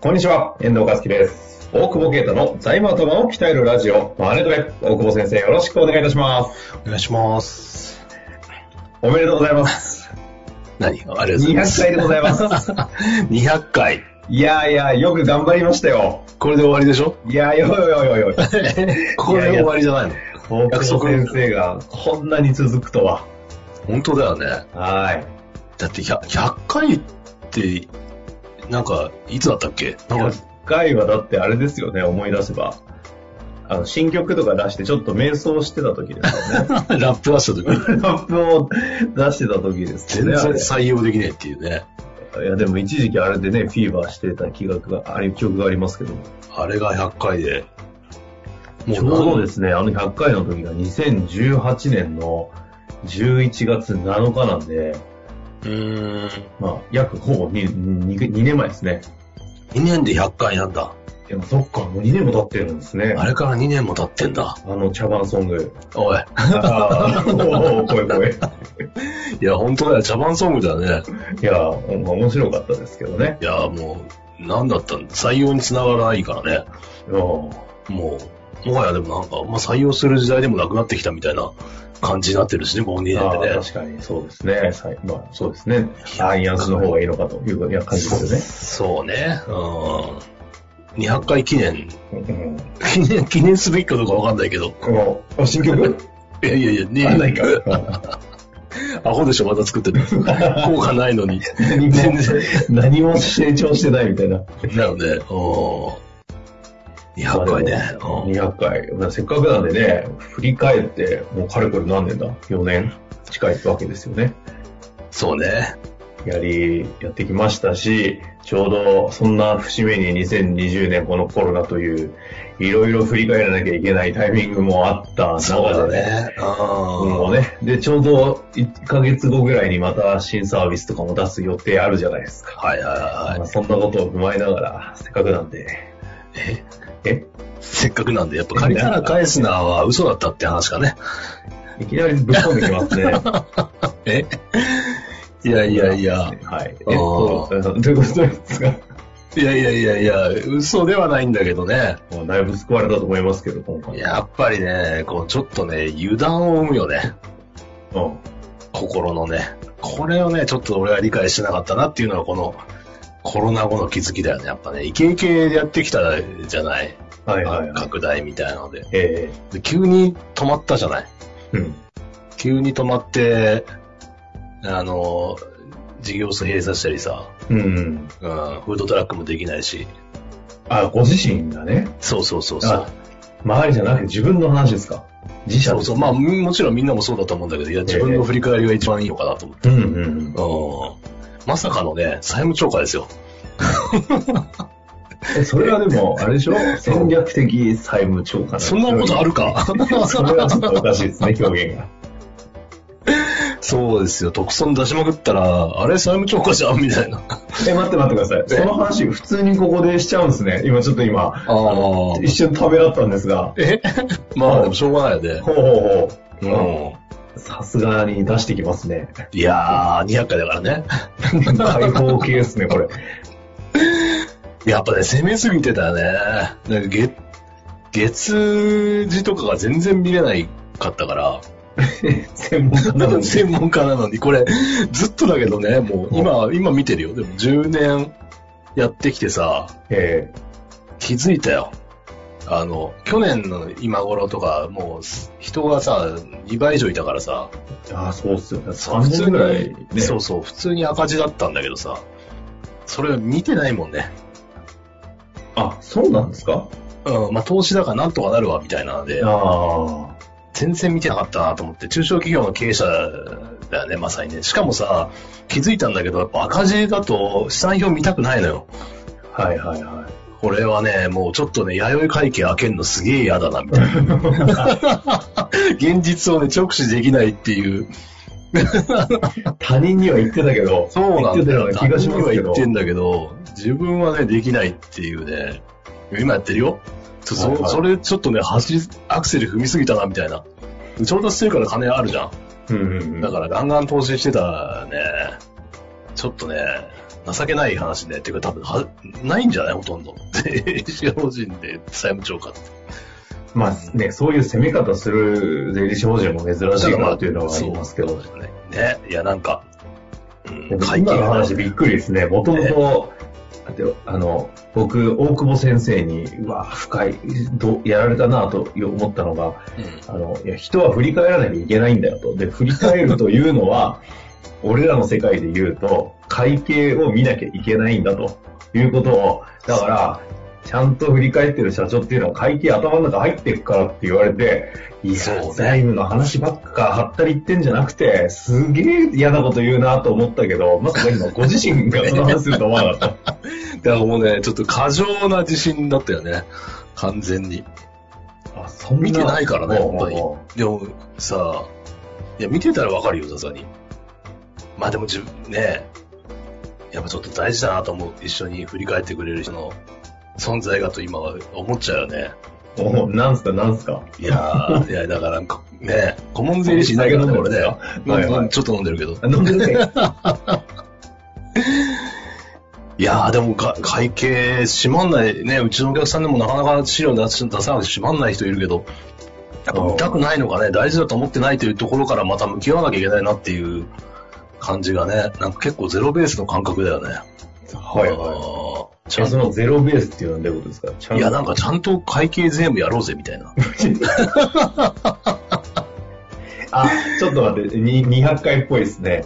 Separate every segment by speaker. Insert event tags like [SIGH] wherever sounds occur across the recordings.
Speaker 1: こんにちは、遠藤和樹です。大久保啓太の財務頭を鍛えるラジオ、マネトレ。大久保先生、よろしくお願いいたします。
Speaker 2: お願いします。
Speaker 1: おめでとうございます。
Speaker 2: 何ありがとうございま
Speaker 1: 200
Speaker 2: す。
Speaker 1: 回でござい [LAUGHS] ます。
Speaker 2: 200回。
Speaker 1: いやいや、よく頑張りましたよ。
Speaker 2: これで終わりでしょ
Speaker 1: いや、よよよよよ。
Speaker 2: これで終わりじゃないの
Speaker 1: 大久保先生がこんなに続くとは。
Speaker 2: 本当だよね。
Speaker 1: はい。
Speaker 2: だって 100, 100回って、なんか、いつだったっけなんか
Speaker 1: 100回はだってあれですよね、思い出せば。あの、新曲とか出してちょっと瞑想してた時ですよね。
Speaker 2: ラップ出した時に
Speaker 1: [LAUGHS] ラップを出してた時ですよ
Speaker 2: [LAUGHS] 全
Speaker 1: ね。
Speaker 2: 然
Speaker 1: あれ
Speaker 2: 採用できないっていうね。
Speaker 1: いや、でも一時期あれでね、フィーバーしてた気がが、あれ、記憶がありますけども。
Speaker 2: あれが100回で。。
Speaker 1: ちょうどですすね、あの100回の時が2018年の11月7日なんで、
Speaker 2: うーん。
Speaker 1: まあ、約ほぼ 2, 年前ですね。
Speaker 2: 2年で100回なんだ。
Speaker 1: でもそっか、もう2年も経ってるんですね。
Speaker 2: あれから2年も経ってんだ。
Speaker 1: あの茶番ソング。
Speaker 2: おい。
Speaker 1: あーおーおいおい
Speaker 2: いや、本当だよ。茶番ソングだね。
Speaker 1: [LAUGHS] いや、ほんま面白かったですけどね。
Speaker 2: いや、もう、なんだったん採用につながらないからね。
Speaker 1: うん
Speaker 2: もう、もはやでもなんか、まあ、採用する時代でもなくなってきたみたいな感じになってるしね、この2
Speaker 1: あ
Speaker 2: 年で
Speaker 1: ー
Speaker 2: ね。
Speaker 1: 確かに、そうですね。さいまあ、そうですね。アイアンスの方がいいのかといういや感じですよね。
Speaker 2: そうね。うん。200回記念。 [LAUGHS]
Speaker 1: うん
Speaker 2: 記念、記念すべきかどうかわかんないけど。
Speaker 1: この、あ新曲
Speaker 2: いやいやいや、ね
Speaker 1: あ、ないか。
Speaker 2: [LAUGHS] アホでしょ、また作ってる。
Speaker 1: [LAUGHS]
Speaker 2: 効果ないのに。
Speaker 1: 何も、何も成長してないみたいな。
Speaker 2: なので、うん。200回ね。うん
Speaker 1: 200回。まあせっかくなんでね、振り返って、もうかれこれ何年だ ?4 年近いわけですよね。
Speaker 2: そうね。
Speaker 1: やり、やってきましたし、ちょうどそんな節目に2020年このコロナという、いろいろ振り返らなきゃいけないタイミングもあった
Speaker 2: そう
Speaker 1: 中
Speaker 2: だ
Speaker 1: で、
Speaker 2: ね。
Speaker 1: 今
Speaker 2: う
Speaker 1: 後
Speaker 2: ん。
Speaker 1: ね。で、ちょうど1ヶ月後ぐらいにまた新サービスとかも出す予定あるじゃないですか。
Speaker 2: はいはいはい
Speaker 1: ま
Speaker 2: は
Speaker 1: あ
Speaker 2: い。
Speaker 1: そんなことを踏まえながら、せっかくなんで、
Speaker 2: え
Speaker 1: え
Speaker 2: せっかくなんで、やっぱ借りたら返すなは嘘だったって話かね。
Speaker 1: いきなりぶっ込んできますね。 [LAUGHS]
Speaker 2: えいやいやいや、
Speaker 1: はい。えっ
Speaker 2: あー
Speaker 1: と、どういうことですか
Speaker 2: いやいやいやいや、嘘ではないんだけどね。
Speaker 1: もうだいぶ救われたと思いますけど、今回。
Speaker 2: やっぱりね、こうちょっとね、油断を生むよね。
Speaker 1: うん。
Speaker 2: 心のね。これをね、ちょっと俺は理解してなかったなっていうのはこのコロナ後の気づきだよね。やっぱね、イケイケでやってきたじゃない。
Speaker 1: はいはいはい。
Speaker 2: 拡大みたいなので。
Speaker 1: え
Speaker 2: で急に止まったじゃない。
Speaker 1: えうん。
Speaker 2: 急に止まって、あの、事業所閉鎖したりさ、
Speaker 1: うん。
Speaker 2: うん、フードトラックもできないし。
Speaker 1: あ、ご自身がね。
Speaker 2: そうそうそうそう
Speaker 1: あ。、周りじゃなくて自分の話ですか。自社
Speaker 2: そ
Speaker 1: で
Speaker 2: う
Speaker 1: す
Speaker 2: そう。まあ、みもちろんみんなもそうだと思うんだけど、いや、自分の振り返りが一番いいのかなと思って。
Speaker 1: うんうん。
Speaker 2: うん。まさかのね、債務超過ですよ。
Speaker 1: え [LAUGHS] それはでも、あれでしょ戦略的債務超過
Speaker 2: そんなことあるか
Speaker 1: それはちょっとおかしいですね、表現が。
Speaker 2: そうですよ。特損出しまくったら、あれ債務超過じゃんみたいな。
Speaker 1: え、待って待ってください。その話、普通にここでしちゃうんですね。今ちょっと今、
Speaker 2: あ
Speaker 1: 一瞬食べらったんですが。
Speaker 2: えまあ、でもしょうがないよね。
Speaker 1: ほうほう
Speaker 2: う
Speaker 1: ほ
Speaker 2: ん。
Speaker 1: う。さすがに出してきますね。
Speaker 2: [LAUGHS] いやー、200回だからね。
Speaker 1: 開放系ですね、これ。
Speaker 2: やっぱね、攻めすぎてたよね。なんか月、月次とかが全然見れないかったから。
Speaker 1: [LAUGHS] 専門家な
Speaker 2: [LAUGHS]
Speaker 1: のに。
Speaker 2: 専門家なのに、これ、ずっとだけどね、もう、今、今見てるよ。でも、10年やってきてさ、
Speaker 1: え
Speaker 2: 気づいたよ。あの、去年の今頃とか、もうす、人がさ、2倍以上いたからさ、
Speaker 1: えああ、そうっすよね。3
Speaker 2: 普通
Speaker 1: 年
Speaker 2: に、
Speaker 1: ぐらいね。
Speaker 2: そうそう、普通に赤字だったんだけどさ、それ見てないもんね。
Speaker 1: あ、そうなんですか
Speaker 2: うん、まあ、投資だからなんとかなるわ、みたいなので、
Speaker 1: ああ。
Speaker 2: 全然見てなかったなと思って、中小企業の経営者だよね、まさにね。しかもさ、気づいたんだけど、やっぱ赤字だと資産表見たくないのよ。
Speaker 1: はいはいはい。
Speaker 2: これはね、もうちょっとね、弥生会計開けるのすげえ嫌だな、みたい
Speaker 1: [LAUGHS]
Speaker 2: な。現実をね、直視できないっていう。
Speaker 1: 他人には言ってたけど、
Speaker 2: そうな
Speaker 1: 言っ
Speaker 2: んだよ。
Speaker 1: てたような気がしますけ
Speaker 2: 言
Speaker 1: ど
Speaker 2: っ。てんだけど、自分はね、できないっていうね。今やってるよ。ちょそ
Speaker 1: はいはい
Speaker 2: それちょっとね、走り、アクセル踏みすぎたな、みたいな。調達してるから金あるじゃん。
Speaker 1: うんうんうん
Speaker 2: だからガンガン投資してたね。ちょっとね、情けない話ね。ていうか多分は、ないんじゃないほとんど。で社法人で債務超過って。
Speaker 1: まあね、そういう攻め方する税理士法人も珍しいなというのはありますけど。
Speaker 2: そうね。ね。いや、なんか、うん
Speaker 1: 今の話びっくりですね。もともと、だってあの、僕、大久保先生に、うわ、深い、どやられたなと思ったのが、
Speaker 2: うん
Speaker 1: あの、いや、人は振り返らなきゃいけないんだよと。で、振り返るというのは、 [LAUGHS] 俺らの世界で言うと、会計を見なきゃいけないんだということを、だから、ちゃんと振り返ってる社長っていうのは会計頭の中入ってくからって言われて、いや、
Speaker 2: そうね
Speaker 1: 財務の話ばっかはったり言ってんじゃなくて、すげえ嫌なこと言うなと思ったけど、まさか今ご自身がその話すると思わなかった。
Speaker 2: だからもうね、ちょっと過剰な自信だったよね。完全に。 [LAUGHS]
Speaker 1: あそん
Speaker 2: 見てないからね、
Speaker 1: おうおう
Speaker 2: 本当に
Speaker 1: おう。
Speaker 2: でも、さいや、見てたらわかるよ、さすがに。まあでも、自分、ねやっぱちょっと大事だなと思う。一緒に振り返ってくれる人の存在がと今は思っちゃうよね。
Speaker 1: おうなんすか、なんすか。
Speaker 2: いやー、いや、だから、こね顧問税理士いないけどね、
Speaker 1: 酒飲
Speaker 2: こ
Speaker 1: んでる
Speaker 2: れね。
Speaker 1: んですかはいはい
Speaker 2: うんちょっと飲んでるけど。
Speaker 1: あ飲んで
Speaker 2: [LAUGHS]
Speaker 1: るね。
Speaker 2: いやー、でもか、会計閉まんない、ね、うちのお客さんでもなかなか資料出し出さなくて閉まんない人いるけど、やっぱ見たくないのがね、大事だと思ってないというところからまた向き合わなきゃいけないなっていう感じがね、なんか結構ゼロベースの感覚だよね。
Speaker 1: はい
Speaker 2: あ
Speaker 1: は
Speaker 2: ー
Speaker 1: い。
Speaker 2: ちゃん
Speaker 1: そのゼロベースっていうのはどういうことですかちゃん
Speaker 2: いや、なんかちゃんと会計全部やろうぜみたいな。
Speaker 1: あ、ちょっと待って、に200回っぽいですね。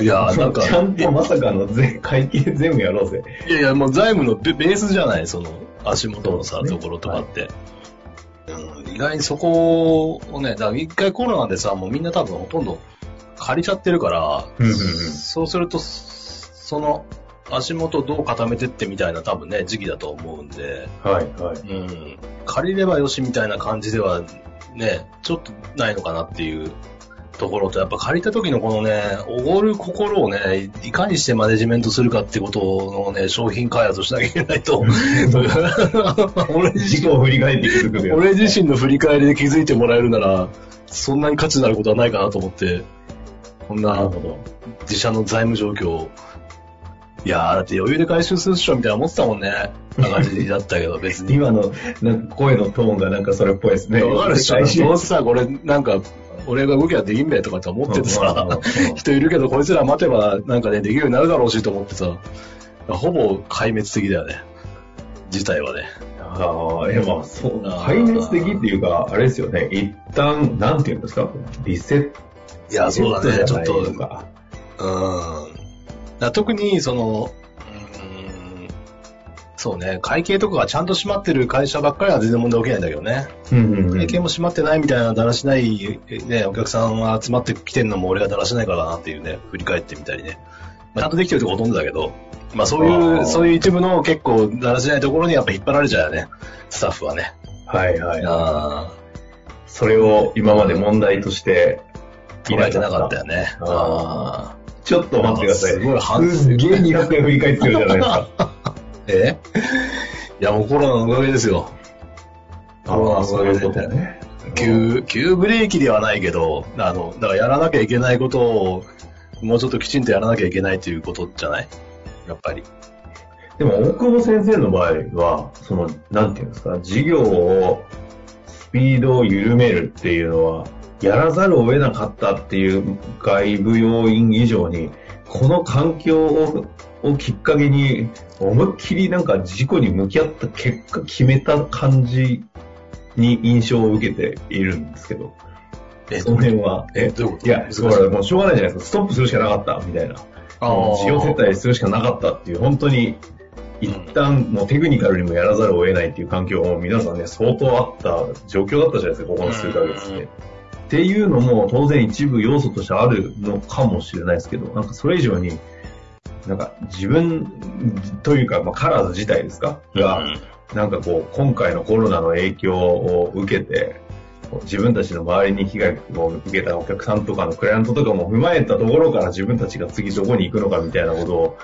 Speaker 2: いやー、なんか、
Speaker 1: [LAUGHS] ちゃんとまさかの全会計全部やろうぜ。
Speaker 2: いやいや、もう財務のベベースじゃない、その足元のさ、
Speaker 1: そうです
Speaker 2: と
Speaker 1: ね
Speaker 2: ころとかって。うん意外にそこをね、だから一回コロナでさ、もうみんな多分ほとんど借りちゃってるから、
Speaker 1: うんうんうん
Speaker 2: そうすると、その足元をどう固めてってみたいな多分ね、時期だと思うんで、
Speaker 1: はいはい。
Speaker 2: うん、借りればよしみたいな感じではね、ちょっとないのかなっていうところと、やっぱ借りた時のこのね、おごる心をね、いかにしてマネジメントするかってことのね、商品開発をしなきゃいけないと、 [LAUGHS] 俺
Speaker 1: 事
Speaker 2: 自
Speaker 1: 故を振り返ってく
Speaker 2: 身
Speaker 1: る
Speaker 2: 俺自身の振り返りで気づいてもらえるなら、そんなに価値のあることはないかなと思って、こん
Speaker 1: なる
Speaker 2: な
Speaker 1: ほど。
Speaker 2: 自社の財務状況を、いやー、だって余裕で回収するっしょみたいな思ってたもんね。赤字だったけど、別に。
Speaker 1: 今のなんか声のトーンがなんかそれっぽいです
Speaker 2: [LAUGHS]
Speaker 1: ね。
Speaker 2: わかるでしょ
Speaker 1: 最新
Speaker 2: どうせさ、これ、なんか、俺が動きはできんべとかって思っててさ
Speaker 1: うんうんうんう、ん
Speaker 2: 人いるけど、こいつら待てば、なんかね、できるようになるだろうしと思ってさ、ほぼ壊滅的だよね。自体はね。
Speaker 1: ああ、え、まあ、そう、
Speaker 2: あー
Speaker 1: 壊滅的っていうか、あれですよね。一旦、なんていうんですかリセット。
Speaker 2: いや、そうだね、ちょっと。
Speaker 1: リセットじゃないの
Speaker 2: うん。だか
Speaker 1: から
Speaker 2: 特に、その、うんそうね、会計とかがちゃんと閉まってる会社ばっかりは全然問題起きないんだけどね。
Speaker 1: うんうんうん
Speaker 2: 会計も閉まってないみたいなだらしない、ね、お客さんが集まってきてるのも俺がだらしないからなっていうね、振り返ってみたりね。まあ、ちゃんとできてるとこほとんどだけど、まあそうい
Speaker 1: あ
Speaker 2: う、
Speaker 1: ー
Speaker 2: そういう一部の結構だらしないところにやっぱ引っ張られちゃうよね、スタッフはね。
Speaker 1: はいはい。
Speaker 2: あ
Speaker 1: それを今まで問題として、
Speaker 2: ー捉えてなかったよね。
Speaker 1: あ
Speaker 2: あ
Speaker 1: ちょっと待ってください。
Speaker 2: すごい反省
Speaker 1: すっげえ200回振り返ってるじゃないです
Speaker 2: [LAUGHS]
Speaker 1: か。
Speaker 2: ーえいやもうコロナのおかげですよ。コロナのおかげで。
Speaker 1: ね。
Speaker 2: 急、急ブレーキではないけど、あの、だからやらなきゃいけないことを、もうちょっときちんとやらなきゃいけないということじゃないやっぱり。
Speaker 1: でも、大久保先生の場合は、その、なんていうんですか、授業を、スピードを緩めるっていうのは、やらざるを得なかったっていう外部要因以上に、この環境を、をきっかけに、思いっきりなんか事故に向き合った結果決めた感じに印象を受けているんですけど、
Speaker 2: え
Speaker 1: その辺は。
Speaker 2: え、どういうこと
Speaker 1: いや、
Speaker 2: 難しい
Speaker 1: だからもうしょうがないじゃないですか。ストップするしかなかった、みたいな。もう事業接待するしかなかったっていう、本当に、一旦もうテクニカルにもやらざるを得ないっていう環境も皆さんね、相当あった状況だったじゃないですか、ここの数ヶ月って。っていうのも当然一部要素としてあるのかもしれないですけど、なんかそれ以上に、なんか自分というか、まあ、カラーズ自体ですかが、なんかこう、今回のコロナの影響を受けて、こう自分たちの周りに被害を受けたお客さんとかのクライアントとかも踏まえたところから自分たちが次どこに行くのかみたいなことを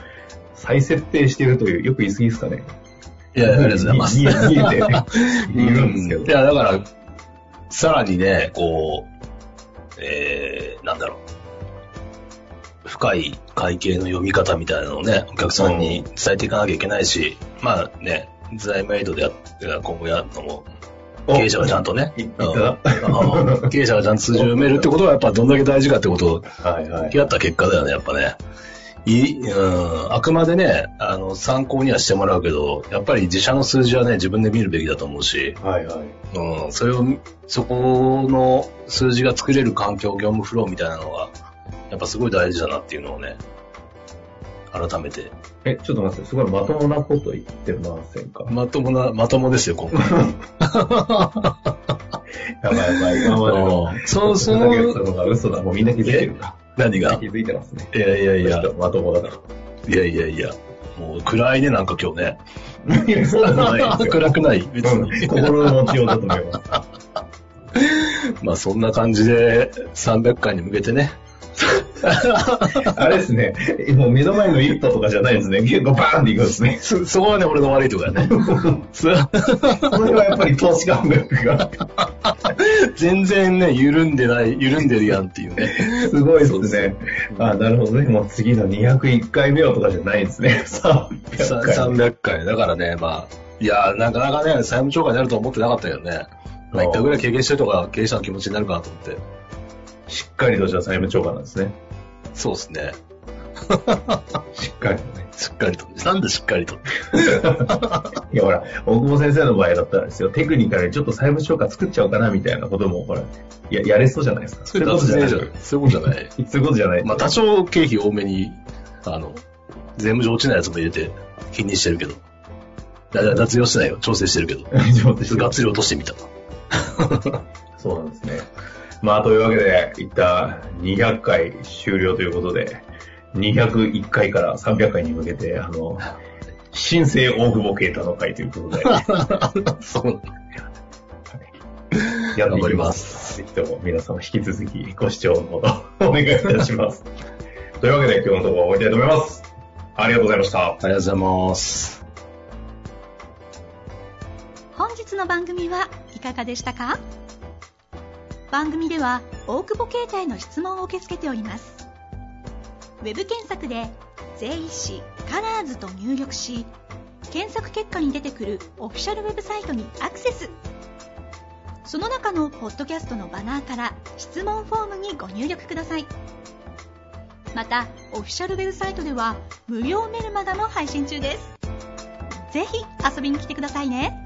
Speaker 1: 再設定しているという、よく言い過ぎですかね。
Speaker 2: いや、ありがとうございます。
Speaker 1: 見え見えて
Speaker 2: う
Speaker 1: いるんですけ
Speaker 2: んい
Speaker 1: ど。
Speaker 2: や、だから、さらにね、こう、えー、なんだろう。深い会計の読み方みたいなのをね、お客さんに伝えていかなきゃいけないし、まあね、財務エイドでやって、今後やるのも、
Speaker 1: お
Speaker 2: 経営者がちゃんとね、
Speaker 1: いいうた
Speaker 2: ん
Speaker 1: だ
Speaker 2: うん経営者がちゃんと数字を読めるってことはやっぱどんだけ大事かってことを
Speaker 1: はいは
Speaker 2: 向
Speaker 1: い。
Speaker 2: き合った結果だよね、やっぱね。いうん、あくまでね、あの、参考にはしてもらうけど、やっぱり自社の数字はね、自分で見るべきだと思うし、
Speaker 1: はいはい。
Speaker 2: うん、それを、そこの数字が作れる環境、業務フローみたいなのが、やっぱすごい大事だなっていうのをね、改めて。
Speaker 1: え、ちょっと待って、すごいまともなこと言ってませんか
Speaker 2: まともな、まともですよ、
Speaker 1: [LAUGHS]
Speaker 2: 今回。
Speaker 1: やばいやばい、今までの。
Speaker 2: うんそう、そ
Speaker 1: だけどそ
Speaker 2: の、
Speaker 1: のが嘘だ。もうみんな気づいてるか。
Speaker 2: 何
Speaker 1: 気
Speaker 2: が
Speaker 1: づいてますね。
Speaker 2: いやいやい
Speaker 1: い
Speaker 2: や
Speaker 1: や、、まともだか
Speaker 2: いやいやいや、もう暗いね、なんか今日ね。
Speaker 1: ら。いや、そんなことないですよ。
Speaker 2: 暗くない別
Speaker 1: う
Speaker 2: に。
Speaker 1: ん、心の持ちようだと思います。
Speaker 2: まあそんな感じで300回に向けてね。
Speaker 1: あれですね、もう目の前の一歩とかじゃないですね。結構バーンっていくんですね。
Speaker 2: そ、そこはね、俺の悪いとこ [LAUGHS] ろだね。そ
Speaker 1: これはやっぱり投資家音楽が
Speaker 2: 全然ね、緩んでない、緩んでるやんっていう [LAUGHS] ね。
Speaker 1: すごいですね。あ、なるほどね。もう次の201回目をとかじゃないんですね。
Speaker 2: さ
Speaker 1: 300回。
Speaker 2: 300回。だからね、まあ、いやー、なかなかね、債務超過になると思ってなかったけどね。まあ一回ぐらい経験してるとか、経営者の気持ちになるかなと思って。
Speaker 1: しっかりとした債務超過なんですね。
Speaker 2: そうですね。
Speaker 1: しっかりとね。
Speaker 2: しっかりと。なんでしっかりと。
Speaker 1: いやほら、大久保先生の場合だったらですよ、テクニカルにちょっと債務超過作っちゃおうかなみたいなことも、ほら、ややれそうじゃないですか。
Speaker 2: そういうことじゃない。そういうことじゃない。
Speaker 1: そういうことじゃない。
Speaker 2: まあ多少経費多めに、あの、税務上落ちないやつも入れて、気にしてるけど。だ、だ、脱用してないよ。調整してるけど。
Speaker 1: ち [LAUGHS] ょっと
Speaker 2: がっつり落としてみた。
Speaker 1: そうなんですね。まあ、というわけで、一旦200回終了ということで、201回から300回に向けて、あの、新生大久保啓太の会ということで、
Speaker 2: そう。
Speaker 1: やって
Speaker 2: 頑
Speaker 1: いき
Speaker 2: 張り
Speaker 1: ま。
Speaker 2: ます
Speaker 1: ぜひとも皆様引き続きご視聴のほどお願いいたします。というわけで、今日の動画を終わりたいと思います。ありがとうございました。
Speaker 2: ありがとうございます。
Speaker 3: 本日の番組はいかがでしたか番組では大久保携帯の質問を受け付けておりますウェブ検索で「税理士カラーズと入力し検索結果に出てくるオフィシャルウェブサイトにアクセスその中のポッドキャストのバナーから質問フォームにご入力くださいまたオフィシャルウェブサイトでは無料メルマガも配信中ですぜひ遊びに来てくださいね